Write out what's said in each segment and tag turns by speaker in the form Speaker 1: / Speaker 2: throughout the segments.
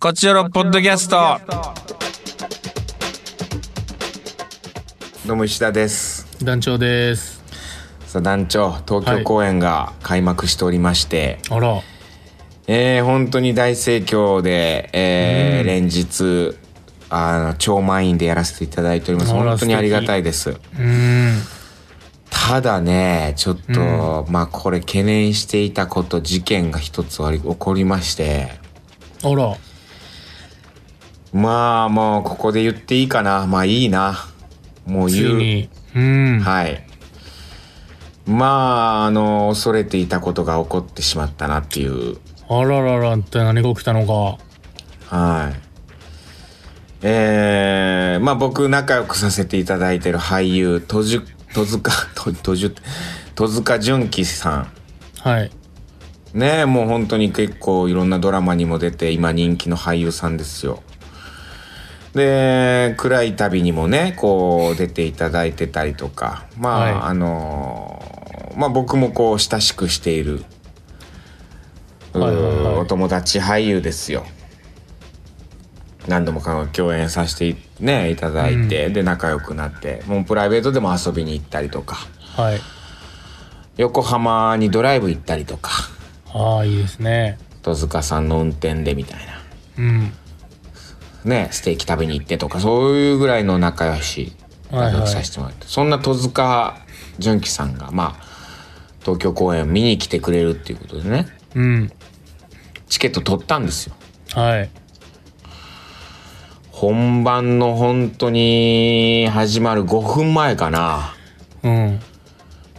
Speaker 1: こちらのポッドキャスト。
Speaker 2: どうも石田です。
Speaker 3: 団長です
Speaker 2: さあ団長、東京公演が開幕しておりまして、
Speaker 3: あら
Speaker 2: えー本当に大盛況で、えー連日あの超満員でやらせていただいております。
Speaker 3: あら
Speaker 2: 本当にありがたいです。
Speaker 3: うーん
Speaker 2: ただね、ちょっと、まあこれ懸念していたこと事件が一つあり起こりまして、
Speaker 3: あら
Speaker 2: まあもうここで言っていいかな、まあいいな、もう
Speaker 3: つ
Speaker 2: 言。
Speaker 3: いうにうん
Speaker 2: はい。まあ、あの、恐れていたことが起こってしまったなっていう。
Speaker 3: あらららって何が起きたのか
Speaker 2: はい。えー、まあ僕仲良くさせていただいてる俳優、戸じ戸塚、戸戸じゅ戸塚純喜さ
Speaker 3: はい
Speaker 2: ん。ねえもう本当に結構いろんなドラマにも出て、今人気の俳優さんですよ。で、暗い旅にもね、こう出ていただいてたりとか、まあ、
Speaker 3: はい
Speaker 2: あのーまあ僕もこう親しくしている、うー
Speaker 3: はいはいはい
Speaker 2: お友達俳優ですよ。何度もか共演させて、ね、いただいて、で仲良くなって、もうプライベートでも遊びに行ったりとか、
Speaker 3: はい
Speaker 2: 横浜にドライブ行ったりとか、
Speaker 3: ああいいですね
Speaker 2: 戸塚さんの運転でみたいな。
Speaker 3: うん
Speaker 2: ね、ステーキ食べに行ってとかそういうぐらいの仲良し
Speaker 3: はいはい
Speaker 2: 仲良くさせてもらって、そんな戸塚純喜さんがまあ東京公演を見に来てくれるっていうことでね
Speaker 3: うん
Speaker 2: チケット取ったんですよ
Speaker 3: はい
Speaker 2: 本番の本当に始まる5分前かな
Speaker 3: うん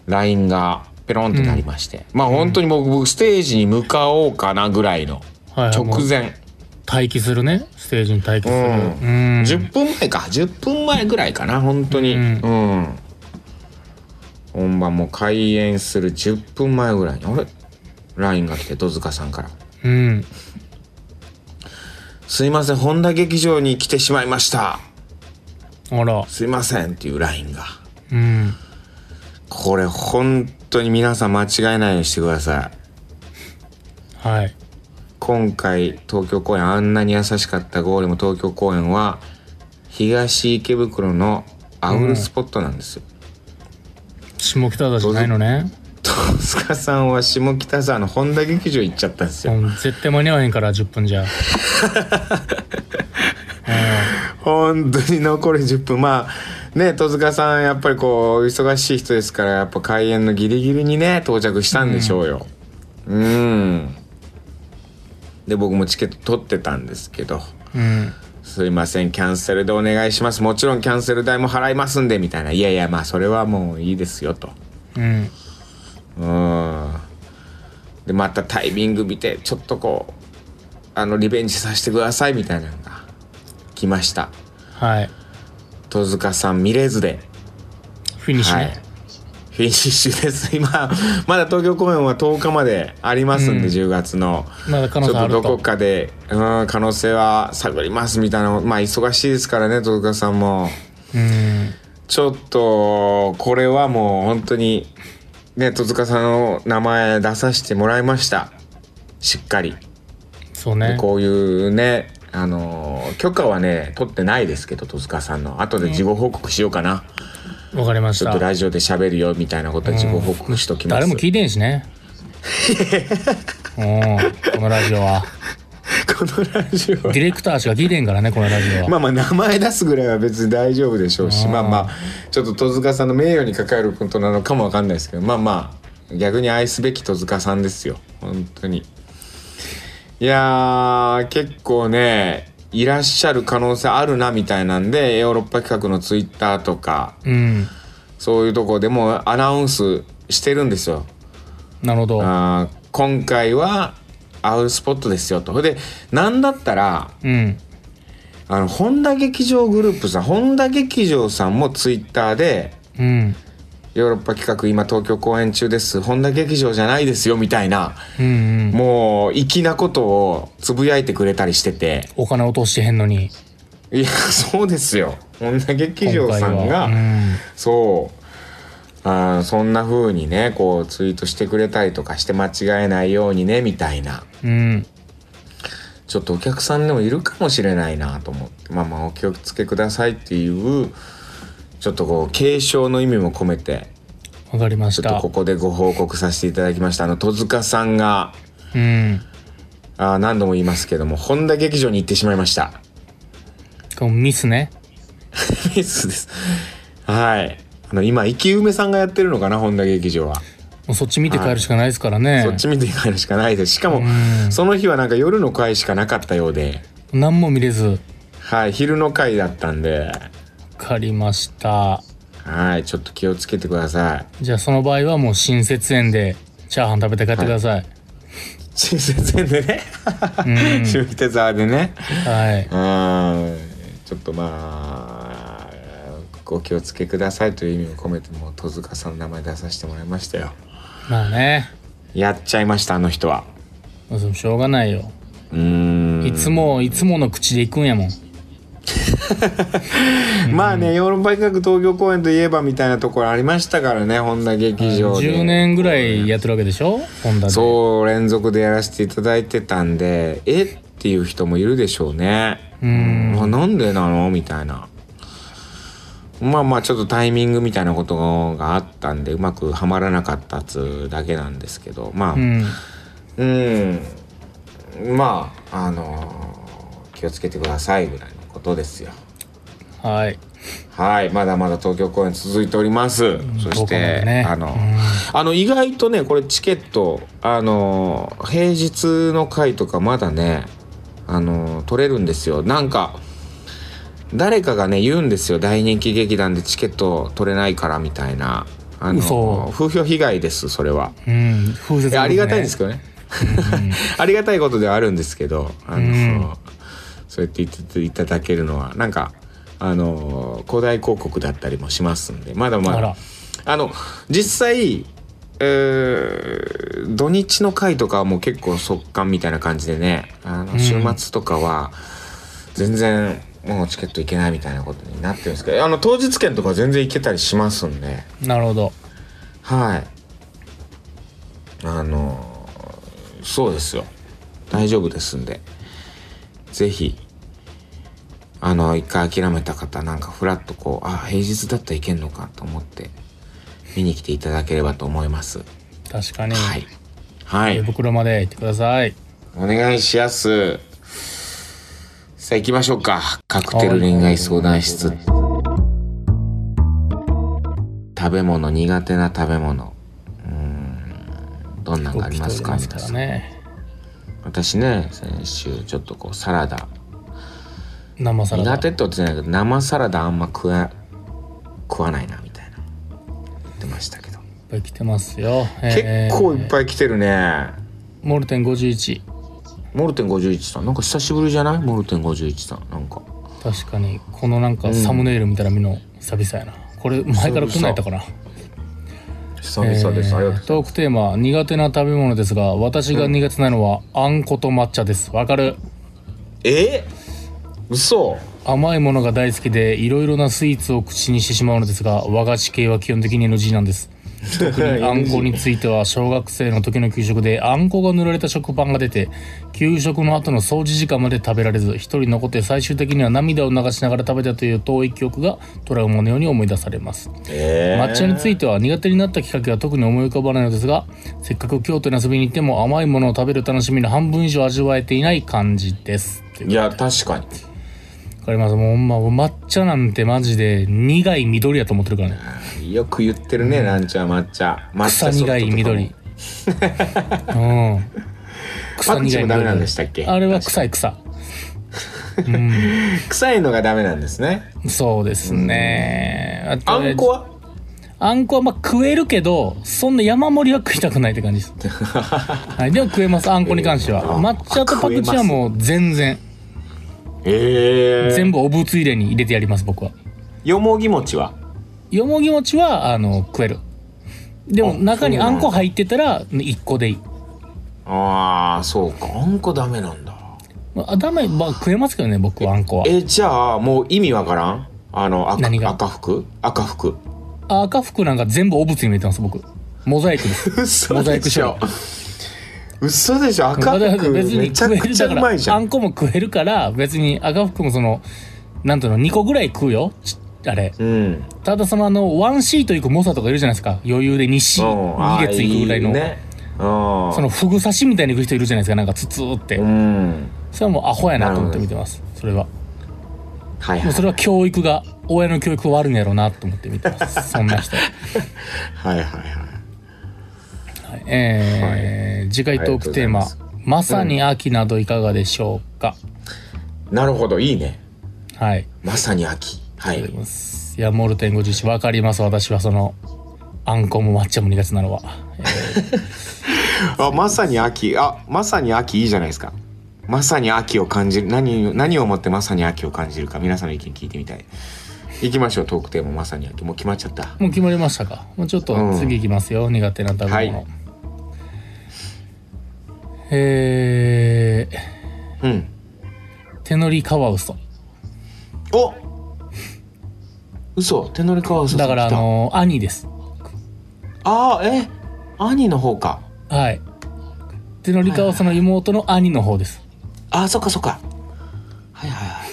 Speaker 2: LINE がペロンってなりまして、まあ本当にもう僕ステージに向かおうかなぐらいの
Speaker 3: はい
Speaker 2: 直前、
Speaker 3: 待機するねステージに待機す
Speaker 2: う
Speaker 3: るうん
Speaker 2: 10分前か10分前ぐらいかな本当にう
Speaker 3: うんん、
Speaker 2: 本番もう開演する10分前ぐらいにあれ LINE が来て戸塚さんから
Speaker 3: うん
Speaker 2: 「すいません本田劇場に来てしまいました
Speaker 3: あら
Speaker 2: すいません」っていう LINE が
Speaker 3: うん
Speaker 2: これ本当に皆さん間違えないようにしてください
Speaker 3: はい
Speaker 2: 今回東京公演あんなに優しかったゴーレム東京公演は東池袋のアウルスポットなんですよ、
Speaker 3: 下北沢じゃないのね
Speaker 2: 戸塚さんは下北沢の本田劇場行っちゃったんですよ
Speaker 3: うん絶対間に合わへんから10分じゃ
Speaker 2: 本当に残り10分まあね戸塚さんやっぱりこう忙しい人ですからやっぱ開演のギリギリにね到着したんでしょうようんで僕もチケット取ってたんですけど
Speaker 3: うん
Speaker 2: すいませんキャンセルでお願いしますもちろんキャンセル代も払いますんでみたいないやいやまあそれはもういいですよと
Speaker 3: うん
Speaker 2: うんでまたタイミング見てちょっとこうあのリベンジさせてくださいみたいなのが来ました
Speaker 3: はい
Speaker 2: 戸塚さん見れずで、
Speaker 3: フィニッシュ
Speaker 2: はい
Speaker 3: ね、
Speaker 2: フィニッシュです 今まだ東京公演は10日までありますんで、
Speaker 3: うん
Speaker 2: 10月の
Speaker 3: まだ可能
Speaker 2: ちょ
Speaker 3: 性
Speaker 2: っ
Speaker 3: あ
Speaker 2: と
Speaker 3: ると
Speaker 2: どこかで、うん、可能性は探りますみたいなまあ忙しいですからね戸塚さんも
Speaker 3: うん
Speaker 2: ちょっとこれはもう本当にね戸塚さんの名前出させてもらいましたしっかり
Speaker 3: そうね
Speaker 2: こういうね、あのー許可はね、取ってないですけど、戸塚さんの。後で事後報告しようかな。
Speaker 3: わかりまし
Speaker 2: ちょったとラジオで喋るよ、みたいなことは事後報告しときます。
Speaker 3: 誰も聞いてん しねうんこのラジオは
Speaker 2: このラジオは
Speaker 3: ディレクターしか聞いてんからねこのラジオは、
Speaker 2: まあまあ、名前出すぐらいは別に大丈夫でしょうし、
Speaker 3: うん
Speaker 2: まあまあ、ちょっと戸塚さんの名誉に関わることなのかもわかんないですけど、まあまあ、逆に愛すべき戸塚さんですよ。本当に。いやー、結構ね、いらっしゃる可能性あるな、みたいなんで、ヨーロッパ企画のツイッターとか、
Speaker 3: うん
Speaker 2: そういうとこでもアナウンスしてるんですよ。
Speaker 3: なるほど
Speaker 2: あー今回はアウルスポットですよと。それで、なんだったら、
Speaker 3: うん
Speaker 2: あの、本田劇場グループさん、本田劇場さんもツイッターで、
Speaker 3: うん
Speaker 2: ヨーロッパ企画今東京公演中です。本田劇場じゃないですよ、みたいな、
Speaker 3: うんうん
Speaker 2: もう、粋なことをつぶやいてくれたりしてて。
Speaker 3: お金落としてへんのに
Speaker 2: いや、そうですよ。本田劇場さん
Speaker 3: 今回
Speaker 2: が、
Speaker 3: はうん
Speaker 2: そう。あーそんな風にね、こうツイートしてくれたりとかして間違えないようにね、みたいな。
Speaker 3: うん
Speaker 2: ちょっとお客さんでもいるかもしれないなと思ってまあまあお気をつけくださいっていうちょっとこう継承の意味も込めて
Speaker 3: わかり
Speaker 2: ち
Speaker 3: ま
Speaker 2: ょ
Speaker 3: し
Speaker 2: っと
Speaker 3: た
Speaker 2: こ。こでご報告させていただきましたあの戸塚さんが
Speaker 3: うん。
Speaker 2: あー何度も言いますけども本田劇場に行ってしまいました
Speaker 3: このミスね。
Speaker 2: ミスですはいあの今生き梅さんがやってるのかな本田劇場は、
Speaker 3: もうそっち見て帰るしかないですからね。
Speaker 2: そっち見ていかないしかないですしかも、
Speaker 3: うん
Speaker 2: その日はなんか夜の回しかなかったようで
Speaker 3: 何も見れず。
Speaker 2: はい昼の回だったんで
Speaker 3: わかりました。
Speaker 2: はいちょっと気をつけてください
Speaker 3: じゃあその場合はもう新設園でチャーハン食べて帰ってください。
Speaker 2: 新設園でね
Speaker 3: うん
Speaker 2: 下北沢でね
Speaker 3: は
Speaker 2: う
Speaker 3: い。
Speaker 2: んちょっとまあお気をつけくださいという意味を込めてもう戸塚さんの名前出させてもらいましたよ
Speaker 3: まあね。
Speaker 2: やっちゃいましたあの人は
Speaker 3: まあそのしょうがないよ。
Speaker 2: うーん
Speaker 3: いつも、いつもの口で行くんやもん。
Speaker 2: まあねヨーロッパ企画東京公演といえばみたいなところありましたからね本田劇場で
Speaker 3: 10年ぐらいやってるわけでしょ本田で。
Speaker 2: そう連続でやらせていただいてたんでえっていう人もいるでしょうね
Speaker 3: うん
Speaker 2: あなんでなのみたいなまあまあちょっとタイミングみたいなことがあったんでうまくはまらなかったっつうだけなんですけどまあ
Speaker 3: うん。
Speaker 2: うん、まああのー気をつけてくださいぐらいのことですよ
Speaker 3: はい。
Speaker 2: はいまだまだ東京公演続いておりますそ
Speaker 3: ど
Speaker 2: し
Speaker 3: こま
Speaker 2: て、
Speaker 3: でね
Speaker 2: あの、
Speaker 3: うん
Speaker 2: あの意外とねこれチケットあの平日の回とかまだねあの取れるんですよなんか誰かがね言うんですよ大人気劇団でチケット取れないからみたいなあの
Speaker 3: 嘘
Speaker 2: 風評被害ですそれは、
Speaker 3: うん。風雪、
Speaker 2: いやありがたいですけどね ありがたいことではあるんですけどあの、
Speaker 3: うん
Speaker 2: そうやって言っていただけるのはなんかあの古代広告だったりもしますんでまだまだ
Speaker 3: あ
Speaker 2: あ
Speaker 3: ら
Speaker 2: の実際、えー土日の回とかはもう結構速乾みたいな感じでねあの週末とかは全然もうチケットいけないみたいなことになってるんですけどあの当日券とか全然いけたりしますんで。
Speaker 3: なるほど。
Speaker 2: はい。あの、そうですよ。大丈夫ですんで。ぜひ、あの、一回諦めた方、なんかふらっとこう、あ、平日だったらいけんのかと思って、見に来ていただければと思います。
Speaker 3: 確かに。
Speaker 2: はい。は
Speaker 3: 手
Speaker 2: い。
Speaker 3: 袋まで行ってください。
Speaker 2: お願いしやす。さあ行きましょうか。カクテル恋愛相談室。食べ物、苦手な食べ物。うーん。どんなんがありますか
Speaker 3: ご祈祷ですからね。
Speaker 2: 私ね、先週ちょっとこうサラダ。
Speaker 3: 生サラダ。
Speaker 2: 苦手って言ってないけど、生サラダあんま食わ、食わないな、みたいな。言ってましたけど。
Speaker 3: いっぱい来てますよ。
Speaker 2: 結構いっ
Speaker 3: い。
Speaker 2: ぱい来てるね。
Speaker 3: モルテン51。
Speaker 2: モルテン51さん。なんか久しぶりじゃないモルテン51さん。なんか。
Speaker 3: 確かに、このなんかサムネイル見たら見るの久々やな。これ、前からこんなんやったかな。
Speaker 2: 久々です。ありがとうございます。
Speaker 3: トークテーマ、苦手な食べ物ですが、私が苦手なのは、あんこと抹茶です。わかる
Speaker 2: え嘘
Speaker 3: 甘いものが大好きで、いろいろなスイーツを口にしてしまうのですが、和菓子系は基本的に NG なんです。あんこについては小学生の時の給食であんこが塗られた食パンが出て給食の後の掃除時間まで食べられず一人残って最終的には涙を流しながら食べたという遠い記憶がトラウマのように思い出されます
Speaker 2: え
Speaker 3: 抹茶については苦手になったきっかけは特に思い浮かばないのですがせっかく京都に遊びに行っても甘いものを食べる楽しみの半分以上味わえていない感じです
Speaker 2: いや確かに
Speaker 3: わかりますもうほんま抹茶なんてマジで苦い緑やと思ってるからね
Speaker 2: よく言ってるね、なんちゃ抹茶抹
Speaker 3: 草
Speaker 2: 茶ソフトとかも
Speaker 3: 苦い緑 うん
Speaker 2: パクチーもダメなんでしたっけ
Speaker 3: あれは臭い草うん
Speaker 2: 臭いのがダメなんですね
Speaker 3: そうですねあと
Speaker 2: あんこは
Speaker 3: あんこはまあ食えるけどそんな山盛りは食いたくないって感じです、 はい、でも食えますあんこに関しては
Speaker 2: あ
Speaker 3: 抹茶とパクチーはもう全然
Speaker 2: ええ
Speaker 3: 全部おぶつ入れに入れてやります僕は
Speaker 2: よもぎ餅は
Speaker 3: よもぎ餅はあの食えるでも中にあんこ入ってたら1個でいい
Speaker 2: ああそうかあんこダメなんだ
Speaker 3: まあダメ、まあ、食えますけどね僕はあんこは
Speaker 2: えじゃあもう意味わからんあの赤
Speaker 3: 何が
Speaker 2: 赤服赤服
Speaker 3: 赤服なんか全部お物に入れてます僕モザイクです
Speaker 2: 嘘
Speaker 3: モザイクしよ
Speaker 2: う嘘でしょ赤
Speaker 3: だから
Speaker 2: 服
Speaker 3: 別
Speaker 2: め
Speaker 3: に
Speaker 2: ちゃ
Speaker 3: 食え
Speaker 2: く
Speaker 3: る
Speaker 2: ち
Speaker 3: だ
Speaker 2: ゃ
Speaker 3: か
Speaker 2: うまいじ
Speaker 3: ら
Speaker 2: ゃ
Speaker 3: あ
Speaker 2: ん
Speaker 3: んこも食えるから別に赤服もそのなんていうの2個ぐらい食うよちあれ
Speaker 2: うん
Speaker 3: ただそのあの 1C と行く猛者とかいるじゃないですか余裕で 2C2
Speaker 2: うんあ
Speaker 3: 月行くぐらいの
Speaker 2: いねうん
Speaker 3: そのフグ刺しみたいに行く人いるじゃないですかなんかツツーって
Speaker 2: うん
Speaker 3: それはもうアホやなと思って見てますそれは
Speaker 2: はい
Speaker 3: も
Speaker 2: は
Speaker 3: う
Speaker 2: い
Speaker 3: それは教育が親の教育が悪いんやろうなと思って見てますそんな人
Speaker 2: はいはいはい
Speaker 3: えー次回トークテー
Speaker 2: あ
Speaker 3: マ
Speaker 2: りがとう
Speaker 3: 「まさに秋」などいかがでしょうか、
Speaker 2: なるほどいいね
Speaker 3: はい
Speaker 2: まさに秋はい
Speaker 3: ありがとうございますいやモルテン51わかります私はそのあんこも抹茶も苦手なのは、え
Speaker 2: あまさに秋あまさに秋いいじゃないですかまさに秋を感じる何何をもってまさに秋を感じるか皆さんの意見聞いてみたい行きましょうトークテーマまさに秋もう決まっちゃった
Speaker 3: ーもう決まりましたかもうちょっと
Speaker 2: うん
Speaker 3: 次いきますよ、苦手な食べ物、
Speaker 2: はい
Speaker 3: え
Speaker 2: うん
Speaker 3: ー、手乗りカワウソ
Speaker 2: お嘘手乗りカワウソさ
Speaker 3: だ
Speaker 2: ん
Speaker 3: からあ
Speaker 2: 来た
Speaker 3: の兄です
Speaker 2: あーえ兄の方か
Speaker 3: はい手乗りカワウソの妹の兄の方です、
Speaker 2: あそっかそっかはいはいはい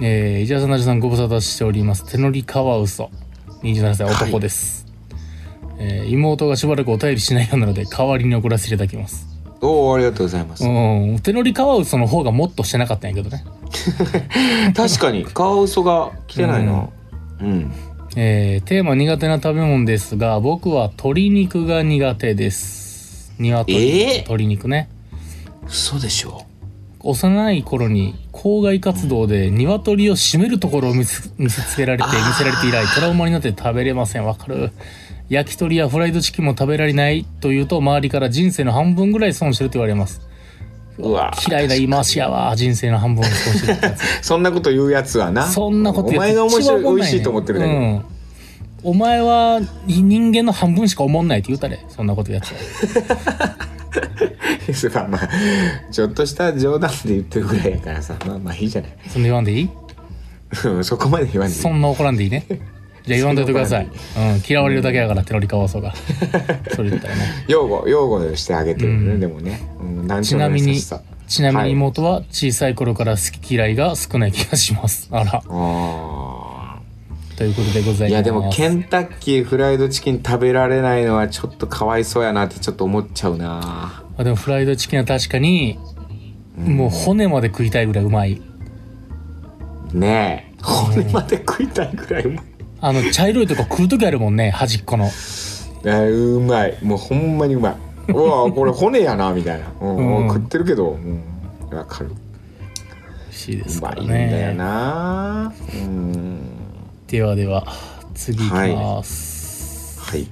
Speaker 3: えー、伊沢さん、なじさん、ご無沙汰しております。手乗りカワウソ、27歳男です、えー妹がしばらくお便りしないようなので、代わりに送らせていただきます。
Speaker 2: おおありがとうございます
Speaker 3: うん、手乗りカワウソの方がもっとしてなかったんやけどね。
Speaker 2: 確かにカワウソが来てないなうん
Speaker 3: えーテーマ苦手な食べ物ですが、僕は鶏肉が苦手です。鶏、
Speaker 2: ええ
Speaker 3: 鶏肉ね。
Speaker 2: 嘘でしょ
Speaker 3: 幼い頃に校外活動で鶏を締めるところを見せ見せつけられて見せられて以来トラウマになって食べれませんわかる焼き鳥やフライドチキンも食べられないというと周りから人生の半分ぐらい損してると言われます
Speaker 2: うわ
Speaker 3: 嫌いな言い回しやわ人生の半分を損してるってや つ
Speaker 2: そんなこと言うやつはな
Speaker 3: そんなこと
Speaker 2: お
Speaker 3: や
Speaker 2: 前が面白い
Speaker 3: 一番おもん
Speaker 2: 美
Speaker 3: な
Speaker 2: 味しいと思ってるだけ、
Speaker 3: ねうんお前は人間の半分しか思んないって言うたれそんなことやつは
Speaker 2: まあまあちょっとした冗談で言ってるぐらいやからさまあまあいいじゃない
Speaker 3: そんな言わんでいい
Speaker 2: うんそこまで言わんでいい
Speaker 3: そんな怒らんでいいね。じゃあ言わんといてください。うん、嫌われるだけやから、手乗りカワウソ が。それ言ったらね。
Speaker 2: 擁護擁護してあげてるね、
Speaker 3: うん
Speaker 2: でもね、うん、何
Speaker 3: ち
Speaker 2: し
Speaker 3: な
Speaker 2: ろ
Speaker 3: み
Speaker 2: 優
Speaker 3: に
Speaker 2: しさ、
Speaker 3: ちなみ
Speaker 2: は
Speaker 3: に
Speaker 2: い
Speaker 3: 妹は小さい頃から好き嫌いが少ない気がします。あら、
Speaker 2: あ
Speaker 3: ということで
Speaker 2: ー
Speaker 3: ございます。
Speaker 2: いやでもケンタッキーフライドチキン食べられないのはちょっとかわいそうやなってちょっと思っちゃうな
Speaker 3: あでもフライドチキンは確かに、もう骨まで食いたいぐらいうまい。
Speaker 2: ねえこれまで食いたいぐらいうまい、
Speaker 3: あの、茶色いとこ食うときあるもんね、端っこの。
Speaker 2: あーうまいもうほんまにうまいうわこれ骨やなみたいな、うん
Speaker 3: うん
Speaker 2: 食ってるけど、うん、わかる
Speaker 3: 美味しいで
Speaker 2: う
Speaker 3: す
Speaker 2: ま
Speaker 3: から
Speaker 2: いんだよ
Speaker 3: ね。
Speaker 2: なうん
Speaker 3: ではでは、次いきます。
Speaker 2: はい
Speaker 3: ちょ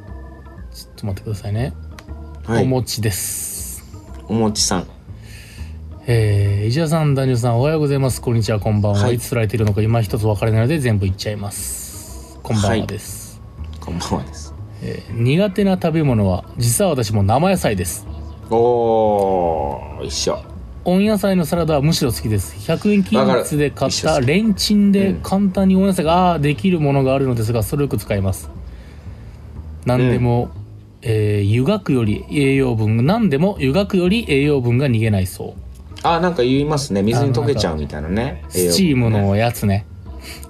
Speaker 3: っと待ってくださいね。
Speaker 2: はい
Speaker 3: お餅です。
Speaker 2: おもちさん
Speaker 3: えー、石田さん、ダニエルさん、おはようございます。こんにちは、こんばんは。、
Speaker 2: はいい
Speaker 3: つられているのか、今一つ分かれないので、全部言っちゃいます。こんばんはです。
Speaker 2: こんばんはです
Speaker 3: えー苦手な食べ物は、実は私も生野菜です。
Speaker 2: おー一緒
Speaker 3: 温野菜のサラダはむしろ好きです。100円均一で買っ
Speaker 2: わ
Speaker 3: た
Speaker 2: かる
Speaker 3: レンチンで
Speaker 2: うん
Speaker 3: 簡単に温野菜が、あーできるものがあるのですが、それをよく使います。何でも、えー湯がくより栄養分、何でも湯がくより栄養分が逃げないそう。
Speaker 2: あなんか言いますね水に溶けちゃうみたいなね栄養
Speaker 3: スチーム
Speaker 2: 分ね
Speaker 3: のやつね。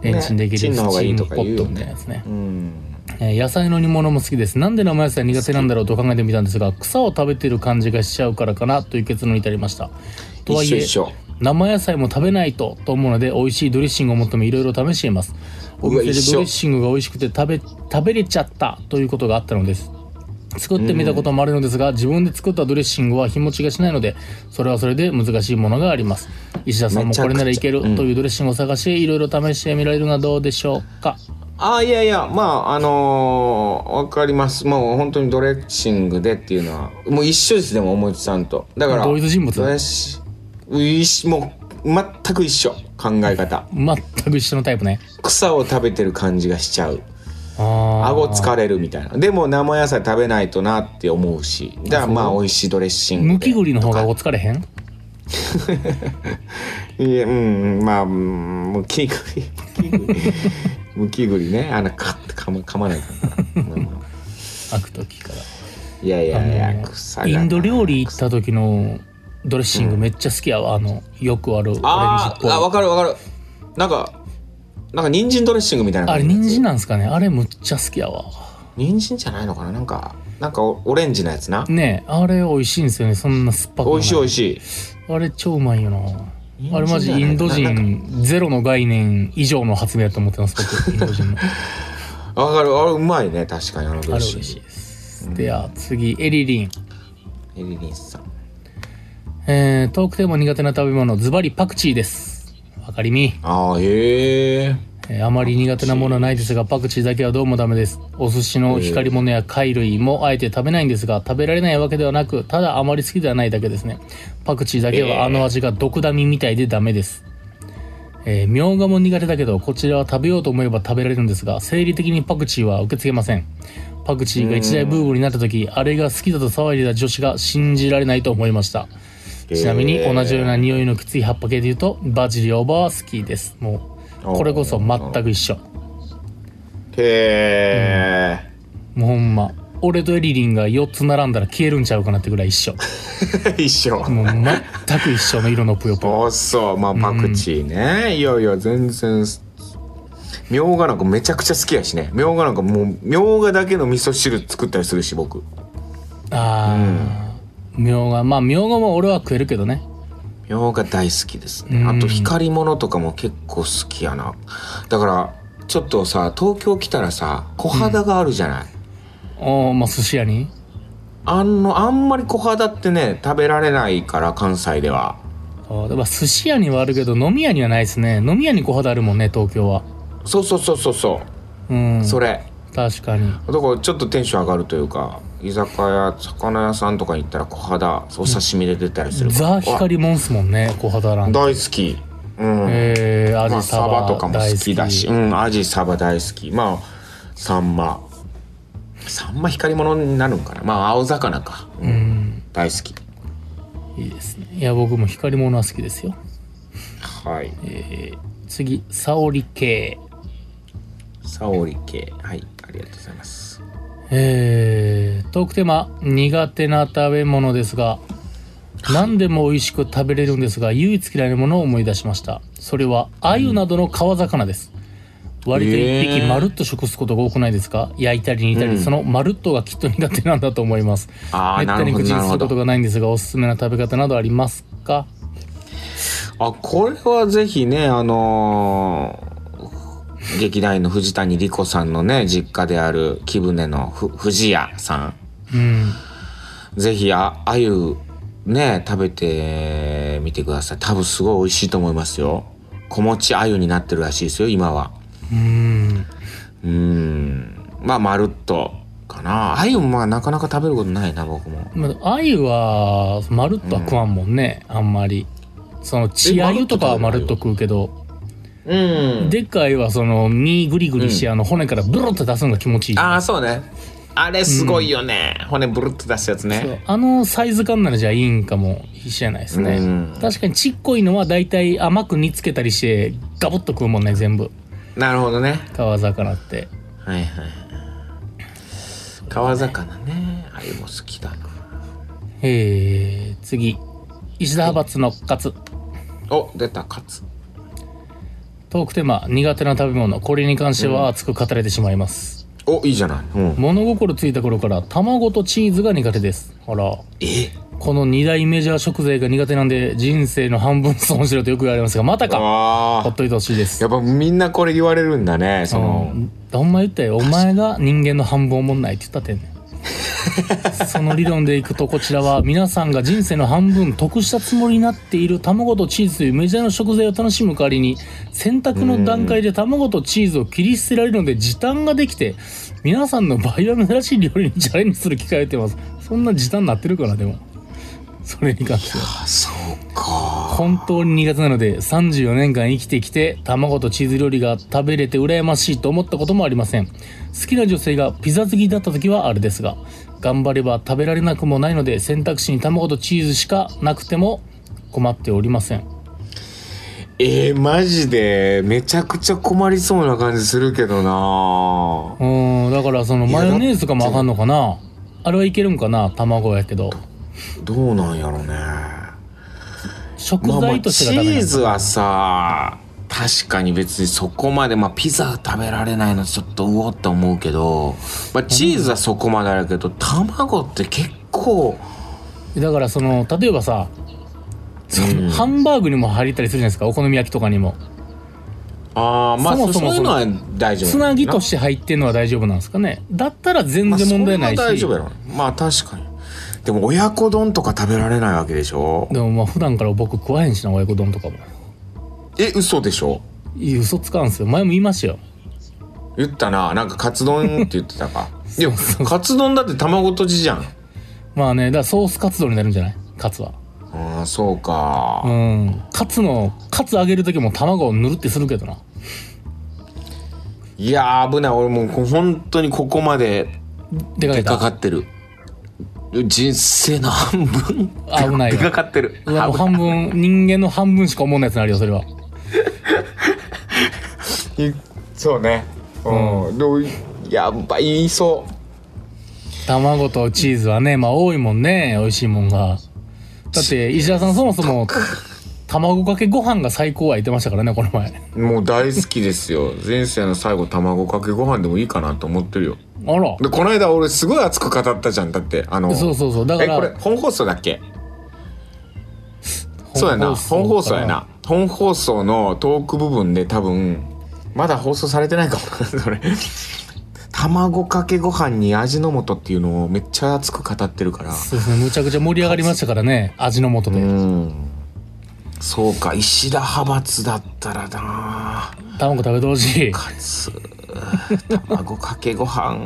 Speaker 3: レンチンできる
Speaker 2: チンの方がいいとか言うよね
Speaker 3: スチームポットみたいなやつね
Speaker 2: う。ん
Speaker 3: えー野菜の煮物も好きです。なんで生野菜苦手なんだろうと考えてみたんですが、草を食べてる感じがしちゃうからかなという結論に至りました。とは
Speaker 2: 一
Speaker 3: い
Speaker 2: 緒
Speaker 3: え
Speaker 2: 一、緒
Speaker 3: 生野菜も食べないとと思うので、美味しいドレッシングを求めいろいろ試しています。お
Speaker 2: うわ
Speaker 3: 店で
Speaker 2: 一緒
Speaker 3: ドレッシングが美味しくて食べ、食べれちゃったということがあったのです。作ってみたこともあるのですが、自分で作ったドレッシングは日持ちがしないので、それはそれで難しいものがあります。石田さんも
Speaker 2: めちゃ
Speaker 3: こ
Speaker 2: くちゃ
Speaker 3: れならいける
Speaker 2: うん
Speaker 3: というドレッシングを探して、いろいろ試してみられるのはどうでしょうか。
Speaker 2: あいやいやまああのーわかりますもう本当にドレッシングでっていうのはもう一緒ですでもおもちさんとだから
Speaker 3: 同一人物
Speaker 2: ドレッシ一緒もう全く一緒考え方
Speaker 3: 全く一緒のタイプね。
Speaker 2: 草を食べてる感じがしちゃう
Speaker 3: あ
Speaker 2: 顎
Speaker 3: あ。
Speaker 2: 疲れるみたいなでも生野菜食べないとなって思うしだからまあ美味しいドレッシング
Speaker 3: む
Speaker 2: で
Speaker 3: き栗の方が顎疲れへん
Speaker 2: いやうんうんまあうんむ き栗むき栗 むき栗ねあのカッて噛ま噛まないからな、まあまあ
Speaker 3: 開く時から。
Speaker 2: いやい
Speaker 3: あの
Speaker 2: やいや草が
Speaker 3: インド料理行った時のドレッシングめっちゃ好きやわ、あのよくあるオレンジっ
Speaker 2: あーあ
Speaker 3: ぽ
Speaker 2: 分
Speaker 3: い
Speaker 2: かる分かるなんかなんか人参ドレッシングみたいな
Speaker 3: あ
Speaker 2: 感
Speaker 3: れ
Speaker 2: じのやつ
Speaker 3: 人参なんですかねあれむっちゃ好きやわ
Speaker 2: 人参じゃないのかななんかなんかオレンジのやつな
Speaker 3: ねえあれ美味しいんですよねそんな酸っぱく
Speaker 2: 美
Speaker 3: もな
Speaker 2: 味しい美味しい
Speaker 3: あれ超うまいよなあれマジインド
Speaker 2: な
Speaker 3: 人ゼロの概念以上の発明だと思ってます 僕インド人の
Speaker 2: 分かるあれうまいね確かにあのドレ
Speaker 3: あ
Speaker 2: ッ
Speaker 3: れ
Speaker 2: シン
Speaker 3: 嬉
Speaker 2: グ
Speaker 3: しいですでは次エリリン
Speaker 2: エリリンさん
Speaker 3: えー、遠くても苦手な食べ物ズバリパクチーですわかりみ
Speaker 2: ああへえ
Speaker 3: えーあまり苦手なものはないですがパクチーだけはどうもダメですお寿司の光り物や貝類もあえて食べないんですが食べられないわけではなくただあまり好きではないだけですねパクチーだけ
Speaker 2: えー
Speaker 3: はあの味が毒ダミみたいでダメですえーみょうがも苦手だけどこちらは食べようと思えば食べられるんですが生理的にパクチーは受け付けませんパクチーが一大ブームになった時あれが好きだと騒いでた女子が信じられないと思いましたちなみに同じような匂いのきつい葉っぱ系で言うとバジリオーバーは好きですもうこれこそ全く一緒
Speaker 2: へ
Speaker 3: もうほんま俺とエリリンが4つ並んだら消えるんちゃうかなってぐらい一緒
Speaker 2: え 一緒
Speaker 3: もう全く一緒の色のぷよぷ
Speaker 2: そ
Speaker 3: よ
Speaker 2: うそうまあパクチーね、いやいや全然みょうがなんかめちゃくちゃ好きやしねみょうがなんかもうみょうがだけの味噌汁作ったりするし僕
Speaker 3: ああみょうがまあみょうがも俺は食えるけどね
Speaker 2: みょうが大好きですね、
Speaker 3: うん
Speaker 2: あと光り物とかも結構好きやなだからちょっとさ東京来たらさ小肌があるじゃない、
Speaker 3: おーまあ寿司屋に
Speaker 2: あのあんまり小肌ってね食べられないから関西では
Speaker 3: あーだから寿司屋にはあるけど飲み屋にはないですね飲み屋に小肌あるもんね東京は
Speaker 2: そうそうそうそうそう
Speaker 3: うん
Speaker 2: それ
Speaker 3: 確かに
Speaker 2: だからちょっとテンション上がるというか居酒屋魚屋さんとかに行ったら小肌お刺身で出たりするから、
Speaker 3: ザ・光もんっすもんね小肌なん
Speaker 2: あ
Speaker 3: て
Speaker 2: 大好きうん、
Speaker 3: えー、ア
Speaker 2: まあ、
Speaker 3: ジ
Speaker 2: サ
Speaker 3: サバ
Speaker 2: バとかも好きだしうんアジサバ大好きまあサンマサンマ光り物になるんかなまあ青魚か、うん
Speaker 3: ん
Speaker 2: 大好き
Speaker 3: 大好きいいですねいや僕も光り物は好きですよ
Speaker 2: はい
Speaker 3: 次沙織系
Speaker 2: サオリ系はいありがとうございます
Speaker 3: えー、トークテーマ苦手な食べ物ですが何でも美味しく食べれるんですが唯一嫌いなものを思い出しましたそれは鮎などの川魚です、割と一
Speaker 2: え
Speaker 3: 匹
Speaker 2: ー
Speaker 3: まるっと食すことが多くないですか焼いたり煮たり、
Speaker 2: うん
Speaker 3: そのまるっとがきっと苦手なんだと思います
Speaker 2: あ
Speaker 3: め
Speaker 2: あ
Speaker 3: っ
Speaker 2: なる
Speaker 3: たに
Speaker 2: ほど
Speaker 3: 口
Speaker 2: な
Speaker 3: に
Speaker 2: る
Speaker 3: す
Speaker 2: ほ
Speaker 3: ること
Speaker 2: ど
Speaker 3: がないんですがおすすめな食べ方などありますか
Speaker 2: あこれはぜひねあのー劇団員の藤谷莉子さんのね実家である貴船のふ藤屋さん
Speaker 3: うん
Speaker 2: ぜひああゆね食べてみてください多分すごい美味しいと思いますよ子持ちあゆになってるらしいですよ今は
Speaker 3: うん
Speaker 2: うーんまあまるっとかなあゆもまあなかなか食べることないな僕も
Speaker 3: まあ、鮎はまるっとは食わんもんね、あんまりその血
Speaker 2: え
Speaker 3: 鮎とかはま
Speaker 2: ま
Speaker 3: る
Speaker 2: る
Speaker 3: っ
Speaker 2: っ
Speaker 3: と
Speaker 2: と
Speaker 3: 食うけど
Speaker 2: うん
Speaker 3: でっかいはその身グリグリして、あの骨からブロッと出すのが気持ちいい
Speaker 2: ああそうねあれすごいよね、骨ブルッと出すやつ
Speaker 3: そう
Speaker 2: ね
Speaker 3: あのサイズ感ならじゃあいいんかもしれないですね、
Speaker 2: うん
Speaker 3: 確かにちっこいのは大体甘く煮つけたりしてガボッと食うもんね全部
Speaker 2: なるほどね
Speaker 3: 川魚って
Speaker 2: はいはい川魚ねあゆも好きだな
Speaker 3: えー、次石田派閥のカツ
Speaker 2: お出たカツ
Speaker 3: トークテーマ苦手な食べ物これに関しては熱く語れてしまいます、
Speaker 2: おいいじゃない、うん、
Speaker 3: 物心ついた頃から卵とチーズが苦手ですあら
Speaker 2: え
Speaker 3: この二大メジャー食材が苦手なんで人生の半分損しろとよく言われますがまたか
Speaker 2: ああ
Speaker 3: ほっといてほしいです
Speaker 2: やっぱみんなこれ言われるんだねその
Speaker 3: どんま言ったよお前が人間の半分おもんないって言ったってんねんその理論でいくとこちらは皆さんが人生の半分得したつもりになっている卵とチーズというメジャーの食材を楽しむ代わりに選択の段階で卵とチーズを切り捨てられるので時短ができて皆さんの倍は珍しい料理にチャレンジする機会を得てますそんな時短になってるからでもそれに関しては
Speaker 2: あそうか
Speaker 3: 本当に苦手なので34年間生きてきて卵とチーズ料理が食べれて羨ましいと思ったこともありません好きな女性がピザ好きだった時はあれですが頑張れば食べられなくもないので選択肢に卵とチーズしかなくても困っておりません
Speaker 2: えー、マジでめちゃくちゃ困りそうな感じするけどな
Speaker 3: うーんだからそのマヨネーズとかもあかんのかなあれはいけるんかな卵やけど
Speaker 2: どうなんやろね
Speaker 3: 食
Speaker 2: まあまあ
Speaker 3: 材として
Speaker 2: チ
Speaker 3: がダメなの
Speaker 2: ーズ
Speaker 3: か
Speaker 2: はさ確かに別にそこまでまあピザ食べられないのちょっとうおって思うけど、まあ、チーズはそこまであるけど卵って結構
Speaker 3: だからその例えばさその
Speaker 2: うん
Speaker 3: ハンバーグにも入ったりするじゃないですかお好み焼きとかにも
Speaker 2: ああまあ
Speaker 3: そ
Speaker 2: そ
Speaker 3: もそも
Speaker 2: そういうのは大丈夫
Speaker 3: つなぎとして入ってんのは大丈夫なんですかねだったら全
Speaker 2: まあ
Speaker 3: 然問題ないし、
Speaker 2: それは大丈夫やろまあ確かにでも親子丼とか食べられないわけでしょ
Speaker 3: でもまあ普段から僕食わへんしな親子丼とかも
Speaker 2: え嘘でしょ
Speaker 3: いや嘘つかんすよ前も言いましたよ
Speaker 2: 言ったななんかカツ丼って言ってた かいやカツ丼だって卵とじじゃん
Speaker 3: まあねだからソースカツ丼になるんじゃないカツは
Speaker 2: ああそうか、
Speaker 3: うんカツのカツ揚げる時も卵を塗るってするけどない
Speaker 2: やー危ない俺もうこ本当にここまで
Speaker 3: 出か
Speaker 2: 出
Speaker 3: け
Speaker 2: か
Speaker 3: た
Speaker 2: かってる人生の半分
Speaker 3: 危ない
Speaker 2: 出 か
Speaker 3: わ
Speaker 2: かってる
Speaker 3: うわもう半分人間の半分しか思わないやつになるよそれは
Speaker 2: いそうねうん、でもやっぱ言いそ
Speaker 3: 卵とチーズはねまあ多いもんね美味しいもんがだって石田さんそもそも卵かけご飯が最高は言ってましたからねこの前
Speaker 2: うもう大好きです よ人生の最後卵かけご飯でもいいかなと思ってるよ
Speaker 3: あら
Speaker 2: でこの間俺すごい熱く語ったじゃんだってあの
Speaker 3: そうそうそうだか
Speaker 2: えこれ
Speaker 3: ら
Speaker 2: 本放送だっけそうやな本放送やな本放送のトーク部分で多分まだ放送されてないかもそれ卵かけご飯に味の素っていうのをめっちゃ熱く語ってるから
Speaker 3: そうですねむちゃくちゃ盛り上がりましたからね味の素で、
Speaker 2: うんそうか石田派閥だったらな
Speaker 3: 卵食べてほしい
Speaker 2: カツ卵かけご飯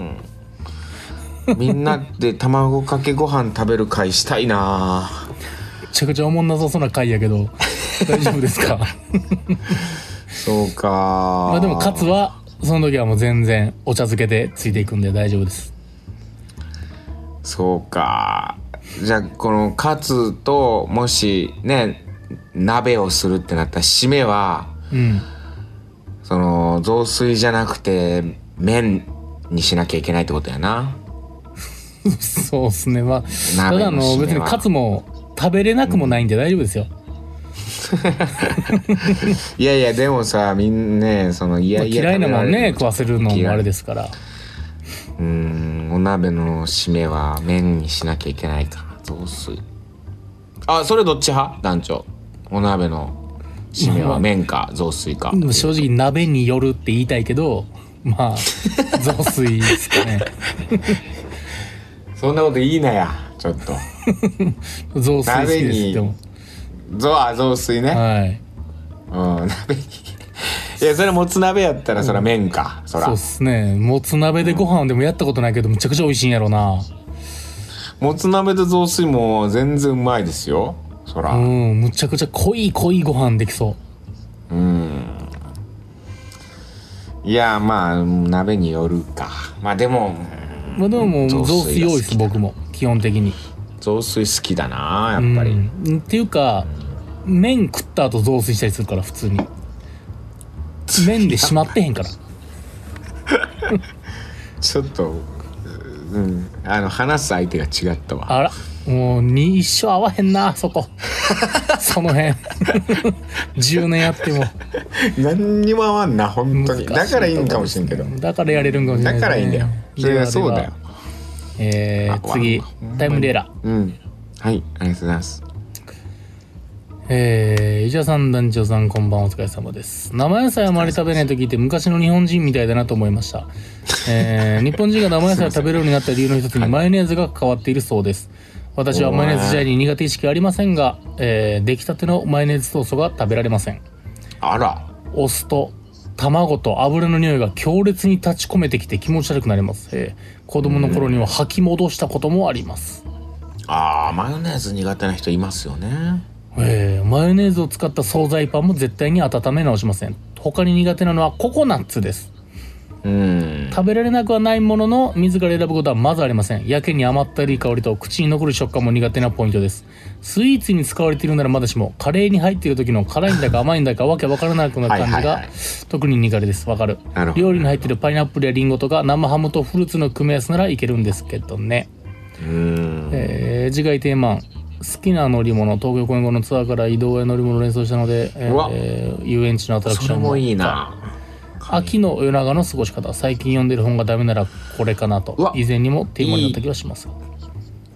Speaker 2: みんなで卵かけご飯食べる会したいな
Speaker 3: めちゃくちゃおもんなさそうな回やけ ど大丈夫ですか
Speaker 2: そうかま
Speaker 3: まあでもカツはその時はもう全然お茶漬けでついていくんで大丈夫です
Speaker 2: そうかじゃあこのカツともしね鍋をするってなったら締めは
Speaker 3: うん
Speaker 2: その雑炊じゃなくて麺にしなきゃいけないってことやな
Speaker 3: そうっすねまあた
Speaker 2: 鍋の
Speaker 3: だあ
Speaker 2: 締
Speaker 3: の
Speaker 2: めは
Speaker 3: 別にカツも食べれなくもないんで大丈夫ですよ、
Speaker 2: いやいやでもさみんなねそのいやいや
Speaker 3: 嫌いなも
Speaker 2: 食
Speaker 3: ん
Speaker 2: べられ
Speaker 3: ね
Speaker 2: る
Speaker 3: 食わせるのもあれですから
Speaker 2: うーんお鍋の締めは麺にしなきゃいけないか雑炊あそれどっち派団長お鍋の締めは麺か雑炊か
Speaker 3: でも正直鍋によるって言いたいけどまあ 雑炊ですかね
Speaker 2: そんなこといいなやちょっと
Speaker 3: 雑炊好き
Speaker 2: 鍋
Speaker 3: です
Speaker 2: に
Speaker 3: でも
Speaker 2: ゾあ雑炊ね、
Speaker 3: はい
Speaker 2: うん、鍋 に。いや、それもつ鍋やったら、そら麺か。そ
Speaker 3: そう
Speaker 2: ら
Speaker 3: っ。すねもつ鍋でご飯でもやったことないけどむちゃくちゃ美味しいんやろな
Speaker 2: もつ鍋と雑炊も全然うまいですよ。そら。
Speaker 3: う
Speaker 2: うん。
Speaker 3: んむちゃくちゃ濃い濃いご飯できそう
Speaker 2: いや、まあ、鍋によるか。まあ、でも、
Speaker 3: まあでももう
Speaker 2: 雑
Speaker 3: 雑
Speaker 2: 炊
Speaker 3: 炊
Speaker 2: が好き
Speaker 3: 多いです僕も基本的に
Speaker 2: 雑炊好きだな、やっぱり。
Speaker 3: うんっていうか麺食った後雑炊したりするから普通に麺でしまってへんから
Speaker 2: ちょっと、うん、あの、話す相手が違ったわ。
Speaker 3: あらもうに一生合わへんな そこその辺 10年やっても
Speaker 2: 何にも合わんな、本当
Speaker 3: 難し
Speaker 2: に。
Speaker 3: い
Speaker 2: だからいいんかもしれんけど。
Speaker 3: だからやれるんかもしれない
Speaker 2: だ
Speaker 3: で
Speaker 2: から
Speaker 3: すね、
Speaker 2: いいんだよ。それはそうだよ。
Speaker 3: え
Speaker 2: あ
Speaker 3: ー、次
Speaker 2: ほんまに
Speaker 3: タイムレーラ
Speaker 2: うん。はい、ありがとうございます。
Speaker 3: えー、石田さん団長さんこんばんはお疲れ様です生野菜あまり食べないと聞いて昔の日本人みたいだなと思いました、えー、日本人が生野菜を食べるようになった理由の一つにマヨネーズが関わっているそうです私はマヨネーズ時代に苦手意識はありませんが、えー、出来たてのマヨネーズソースが食べられません
Speaker 2: あら。
Speaker 3: お酢と卵と油の匂いが強烈に立ち込めてきて気持ち悪くなります、えー、子供の頃には吐き戻したこともあります
Speaker 2: ああマヨネーズ苦手な人いますよね
Speaker 3: えーマヨネーズを使った惣菜パンも絶対に温め直しません他に苦手なのはココナッツです
Speaker 2: うん
Speaker 3: 食べられなくはないものの自ら選ぶことはまずありませんやけに甘ったるい香りと口に残る食感も苦手なポイントですスイーツに使われているならまだしもカレーに入っている時の辛いんだか甘いんだかわけわからなくなる感
Speaker 2: は
Speaker 3: じ
Speaker 2: いはいは
Speaker 3: が
Speaker 2: い
Speaker 3: 特に苦手ですわかる
Speaker 2: なるほど
Speaker 3: 料理に入っているパイナップルやリンゴとか生ハムとフルーツの組み合わせならいけるんですけどね
Speaker 2: うん
Speaker 3: えー次回テーマ好きな乗り物東京公演後のツアーから移動へ乗り物を連想したので、えー
Speaker 2: うわ
Speaker 3: 遊園地のアトラクシ
Speaker 2: それ
Speaker 3: ョン
Speaker 2: もいいな
Speaker 3: 秋の夜長の過ごし方最近読んでる本がダメならこれかな
Speaker 2: うわ
Speaker 3: と以前にもテーマになった気はします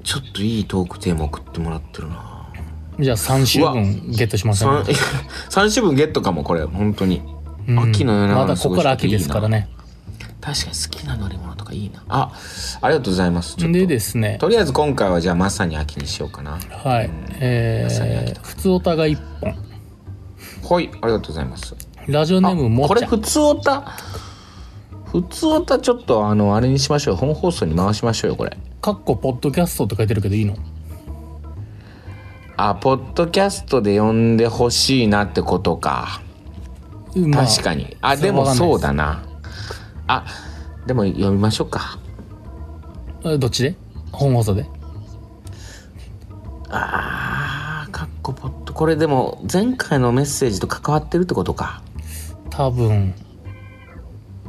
Speaker 2: ちょっといいトークテーマ送ってもらってるな
Speaker 3: じゃあ3週
Speaker 2: うわ
Speaker 3: 分ゲットしません、
Speaker 2: 3三 種分ゲットかもこれ本当に
Speaker 3: うん
Speaker 2: 秋の夜長の
Speaker 3: まだここから秋ですからね
Speaker 2: 確かに好きな乗り物とかいいなあありがとうございますちょっと
Speaker 3: でですね
Speaker 2: とりあえず今回はじゃあまさに秋にしようかな
Speaker 3: はいえー、普通お互い1本
Speaker 2: はいありがとうございます
Speaker 3: ラジオネームも
Speaker 2: こ
Speaker 3: っち
Speaker 2: れ
Speaker 3: ゃ
Speaker 2: 普通オタ普通オタちょっとあのあれにしましょう本放送に回しましょうよこれ
Speaker 3: かっこポッドキャストって書いてるけどいいの
Speaker 2: あポッドキャストで呼んでほしいなってことか
Speaker 3: うんまあ
Speaker 2: 確かにあ
Speaker 3: そ
Speaker 2: で
Speaker 3: れは
Speaker 2: も
Speaker 3: わかんないで
Speaker 2: そう
Speaker 3: す
Speaker 2: だなあでも読みましょうか
Speaker 3: えどっちで本放送で
Speaker 2: あーかっこポッドこれでも前回のメッセージと関わってるってことか
Speaker 3: 多分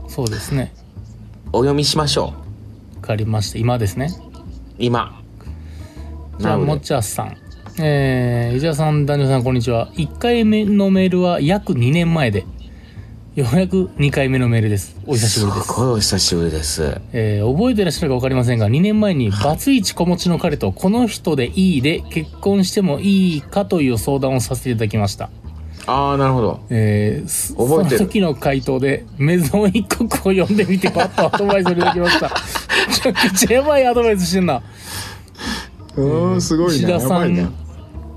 Speaker 3: そうですね
Speaker 2: お読みしましょう
Speaker 3: わかりました今ですね
Speaker 2: 今
Speaker 3: じゃあ
Speaker 2: な
Speaker 3: も
Speaker 2: の
Speaker 3: っ
Speaker 2: で
Speaker 3: ちゃさんえー、伊沢さん男女さんこんにちは1回目のメールは約2年前でようやく2回目のメールですお久しぶりです
Speaker 2: すごいお久しぶりです
Speaker 3: えー覚えてらっしゃるか分かりませんが2年前にバツイチ子持ちの彼とこの人でいいで結婚してもいいかという相談をさせていただきました、
Speaker 2: ああなるほど
Speaker 3: えーす
Speaker 2: 覚えてる
Speaker 3: その時の回答でメゾン一国を読んでみてパッとアドバイスをいただきま しためちゃくちゃやばいアドバイスしてんな
Speaker 2: うんすご
Speaker 3: 石田さん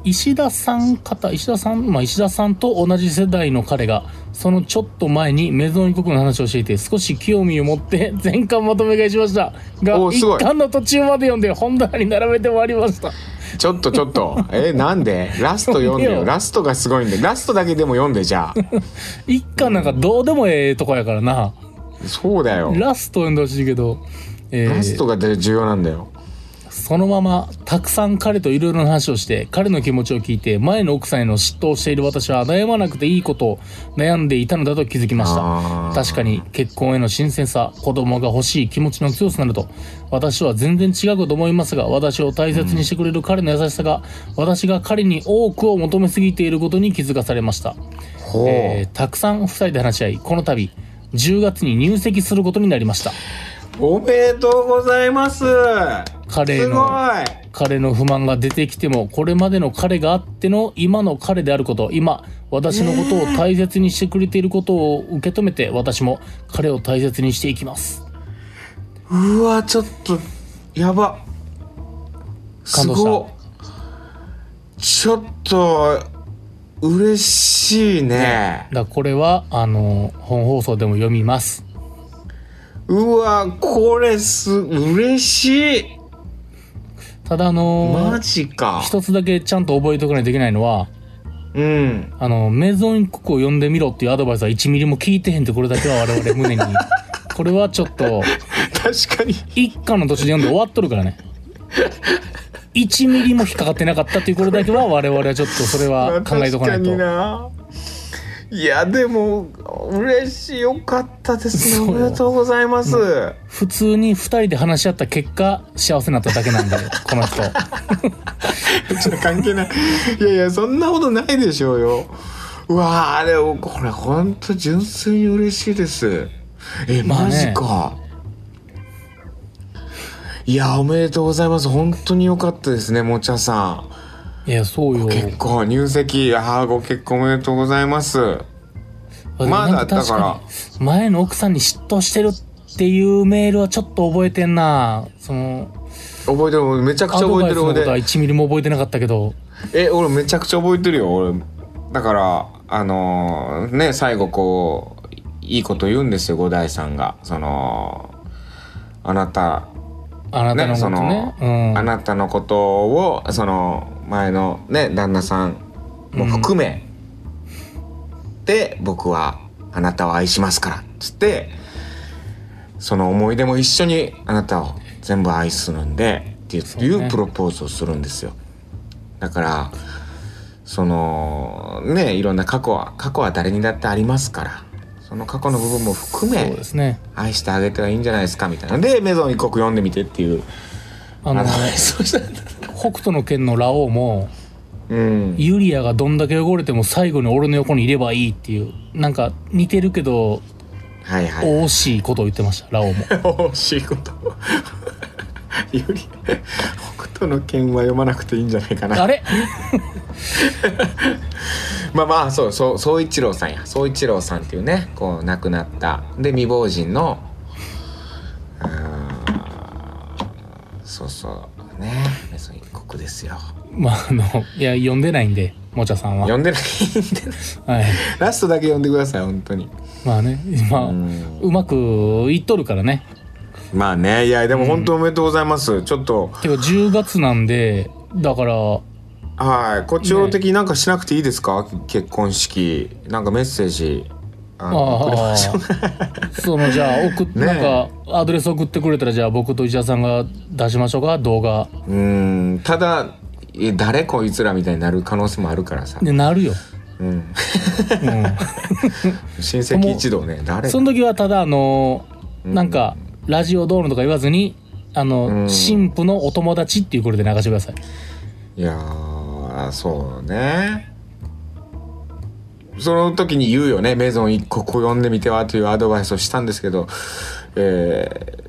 Speaker 3: 石田さん方石田さんまあ石田さんと同じ世代の彼がそのちょっと前にメゾン異国の話をしていて少し興味を持って 全巻まとめ買いしましたが
Speaker 2: おーすご
Speaker 3: 一
Speaker 2: い
Speaker 3: 巻の途中まで読んで本棚に並べて終わりました
Speaker 2: ちょっとちょっと えなんでラスト読んで
Speaker 3: 読んでよ
Speaker 2: よラストがすごいんでラストだけでも読んでじゃあ
Speaker 3: 一巻なんかどうでもええとこやからな
Speaker 2: そうだよ
Speaker 3: ラスト読んでほしいけど、えー
Speaker 2: ラストが重要なんだよ
Speaker 3: そのままたくさん彼といろいろな話をして彼の気持ちを聞いて前の奥さんへの嫉妬をしている私は悩まなくていいことを悩んでいたのだと気づきました
Speaker 2: あー
Speaker 3: 確かに結婚への新鮮さ子供が欲しい気持ちの強さなどと私は全然違うと思いますが私を大切にしてくれる彼の優しさが、私が彼に多くを求めすぎていることに気づかされました
Speaker 2: ほう、
Speaker 3: えーたくさん夫妻で話し合いこの度10月に入籍することになりました
Speaker 2: おめでとうございます
Speaker 3: カレー
Speaker 2: すごい
Speaker 3: の彼の不満が出てきてもこれまでの彼があっての今の彼であること今私のことを大切にしてくれていることを受け止めて私も彼を大切にしていきます
Speaker 2: うわちょっとやばす
Speaker 3: 感動した
Speaker 2: ごいちょっと嬉しいね
Speaker 3: だからこれはあの本放送でも読みます
Speaker 2: うわこれす嬉しい
Speaker 3: ただあ
Speaker 2: マ
Speaker 3: の
Speaker 2: ジか
Speaker 3: 一つだけちゃんと覚えておかないといけないのは
Speaker 2: うん
Speaker 3: あのメゾン一国を読んでみろっていうアドバイスは1ミリも聞いてへんってこれだけは我々胸にこれはちょっと
Speaker 2: 確かに
Speaker 3: 一巻の途中で読んで終わっとるからね1ミリも引っかかってなかったっていうことだけは我々はちょっとそれは考えとかない
Speaker 2: ま
Speaker 3: と
Speaker 2: あ確かにないやでも嬉しいよかったです
Speaker 3: そう
Speaker 2: ねお
Speaker 3: よ
Speaker 2: めでとうございます、
Speaker 3: 普通に2人で話し合った結果幸せになっただけなんだよこの人
Speaker 2: ちょっと関係ないいやいやそんなことないでしょうようわあでもこれほんと純粋に嬉しいですえ
Speaker 3: まあ
Speaker 2: マ
Speaker 3: ね
Speaker 2: ジか、いやおめでとうございます本当に良かったですねもちゃさ
Speaker 3: いやそうんよ
Speaker 2: 結婚入籍ああご結婚おめでとうございます
Speaker 3: でも
Speaker 2: まだ
Speaker 3: なん確
Speaker 2: だか
Speaker 3: に前の奥さんに嫉妬してるっていうメールはちょっと覚えてんなその
Speaker 2: 覚えてるめちゃく
Speaker 3: ア
Speaker 2: ちゃ覚
Speaker 3: ドバ
Speaker 2: えて
Speaker 3: イス
Speaker 2: る
Speaker 3: のことは
Speaker 2: 俺
Speaker 3: 1ミリも覚えてなかったけど
Speaker 2: え俺めちゃくちゃ覚えてるよ俺だからあのーね最後こういいこと言うんですよ五代さんがそのあなた
Speaker 3: あなたのことね
Speaker 2: ねそあなたのことをその前のね旦那さんも含め、で僕はあなたを愛しますからっつってその思い出も一緒にあなたを全部愛するんでっていう,、
Speaker 3: うね
Speaker 2: プロポーズをするんですよだからそのねいろんな過去は過去は誰にだってありますからその過去の部分も含
Speaker 3: うん、
Speaker 2: め
Speaker 3: そうですね
Speaker 2: 愛してあげてはいいんじゃないですかみたいなで「メゾン一国」読んでみてっていう
Speaker 3: あの
Speaker 2: あの そうしたら
Speaker 3: 北斗の拳のラオウも
Speaker 2: うん
Speaker 3: ユリアがどんだけ汚れても最後に俺の横にいればいいっていうなんか似てるけど
Speaker 2: はいはい
Speaker 3: 惜しいことを言ってましたラオ ウも
Speaker 2: 惜しいことより北斗の拳は読まなくていいんじゃないかな
Speaker 3: あれ
Speaker 2: まあまあそうそう総一郎さんや総一郎さんっていうねこう亡くなったで未亡人のあーそうそうねメソン一国ですよ
Speaker 3: まああのいや読んでないんでもちゃさんは
Speaker 2: 読んでないんで
Speaker 3: はい
Speaker 2: ラストだけ読んでください本当に
Speaker 3: まあねまあ
Speaker 2: うん
Speaker 3: うまくいっとるからね
Speaker 2: まあねいやでも本当おめでとうございます、ちょっと
Speaker 3: けど10月なんでだから
Speaker 2: はいこっちの的になんかしなくていいですか、結婚式なんかメッセージあの送れ
Speaker 3: ああそのじゃあ送っ、
Speaker 2: ねえ
Speaker 3: なんかアドレス送ってくれたらじゃあ僕と石田さんが出しましょうか動画
Speaker 2: うーんただえ誰こいつらみたいになる可能性もあるからさ、
Speaker 3: でなるよ、
Speaker 2: うん、
Speaker 3: う
Speaker 2: 親戚一同ね誰
Speaker 3: ん、その時はただあのなんかラジオどうのとか言わずにあ
Speaker 2: う
Speaker 3: の
Speaker 2: ん
Speaker 3: 新婦のお友達っていうことで流してください
Speaker 2: いやーそうねその時に言うよね「メゾン一個ここ読んでみては」というアドバイスをしたんですけどえ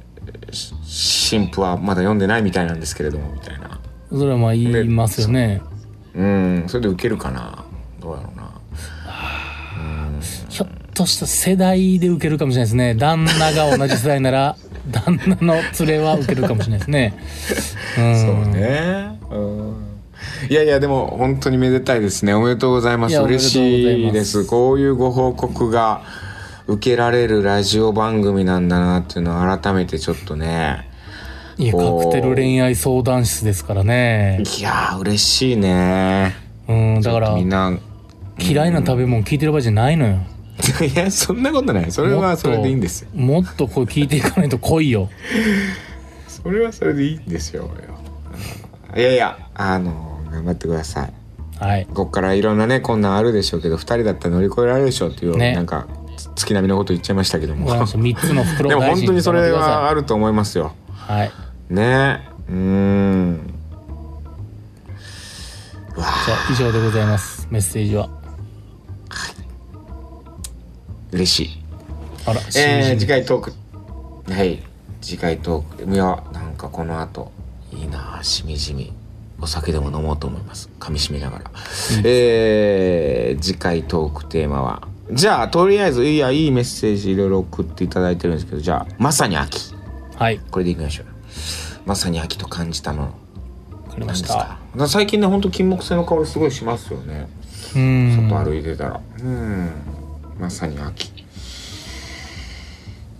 Speaker 2: ーし新婦はまだ読んでないみたいなんですけれどもみたいな
Speaker 3: それはまあ言いますよね
Speaker 2: うんそれで受けるかなどうやろうな
Speaker 3: ひょっとした世代で受けるかもしれないですね旦那が同じ世代 なら旦那の連れは受けるかもしれないですねうん
Speaker 2: そうねうんいやいやでも本当にめでたいですねおめでとうございま
Speaker 3: い
Speaker 2: す
Speaker 3: やおめで
Speaker 2: 嬉
Speaker 3: とうございます
Speaker 2: しいですこういうご報告が受けられるラジオ番組なんだなっていうのを改めてちょっとね
Speaker 3: いやカ
Speaker 2: おー
Speaker 3: クテル恋愛相談室ですからね
Speaker 2: いやー嬉しいね
Speaker 3: うんだから
Speaker 2: みんな
Speaker 3: 嫌いな食べ物聞いてる場合じゃないのよ
Speaker 2: いやそんなことないそれ
Speaker 3: も
Speaker 2: は
Speaker 3: っと
Speaker 2: それでいいんですよ
Speaker 3: もっとこう聞いていかないと来いよ
Speaker 2: それはそれでいいんですよ俺はうんいやいやあの頑張ってください
Speaker 3: はい
Speaker 2: こっからいろんなね困難あるでしょうけど2人だったら乗り越えられるでしょうっていう、
Speaker 3: ね
Speaker 2: なんかつ月並みのこと言っちゃいましたけども
Speaker 3: わかりました3つの袋
Speaker 2: で
Speaker 3: を
Speaker 2: も
Speaker 3: 大
Speaker 2: 本
Speaker 3: 事
Speaker 2: 当に
Speaker 3: に
Speaker 2: そ
Speaker 3: 食べ
Speaker 2: れ
Speaker 3: てくだ
Speaker 2: は
Speaker 3: さ
Speaker 2: あると思いますよ
Speaker 3: いはい
Speaker 2: ねうーん
Speaker 3: じゃあ以上でございますメッセージは
Speaker 2: 嬉しい
Speaker 3: あら
Speaker 2: え
Speaker 3: し
Speaker 2: ー、
Speaker 3: みじ
Speaker 2: 次
Speaker 3: み
Speaker 2: 回トークはい次回トークいやなんかこの後いいなあしみじみお酒でも飲もうと思います噛みしめながら、えー、次回トークテーマはじゃあとりあえずいやいいメッセージいろいろ送っていただいてるんですけどじゃあまさに秋
Speaker 3: はい
Speaker 2: これでいきましょうまさに秋と感じたもの
Speaker 3: わかり
Speaker 2: 何
Speaker 3: ま
Speaker 2: で
Speaker 3: し
Speaker 2: す
Speaker 3: た
Speaker 2: かな最近ねほんと金木犀の香りすごいしますよね
Speaker 3: うん
Speaker 2: 外歩いてたらうんまさに秋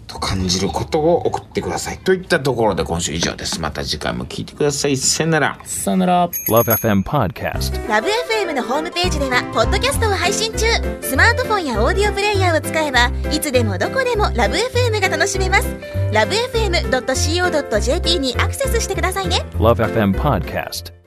Speaker 2: と感じることを送ってくださいといったところで今週以上ですまた次回も聞いてくださいさよなら
Speaker 3: さよなら
Speaker 1: Love FM Podcast.
Speaker 4: ラブ f m のホームページではポッドキャストを配信中スマートフォンやオーディオプレイヤーを使えばいつでもどこでもラブ f m が楽しめますラブ FM.co.jp にアクセスしてくださいね
Speaker 1: Love FM Podcast.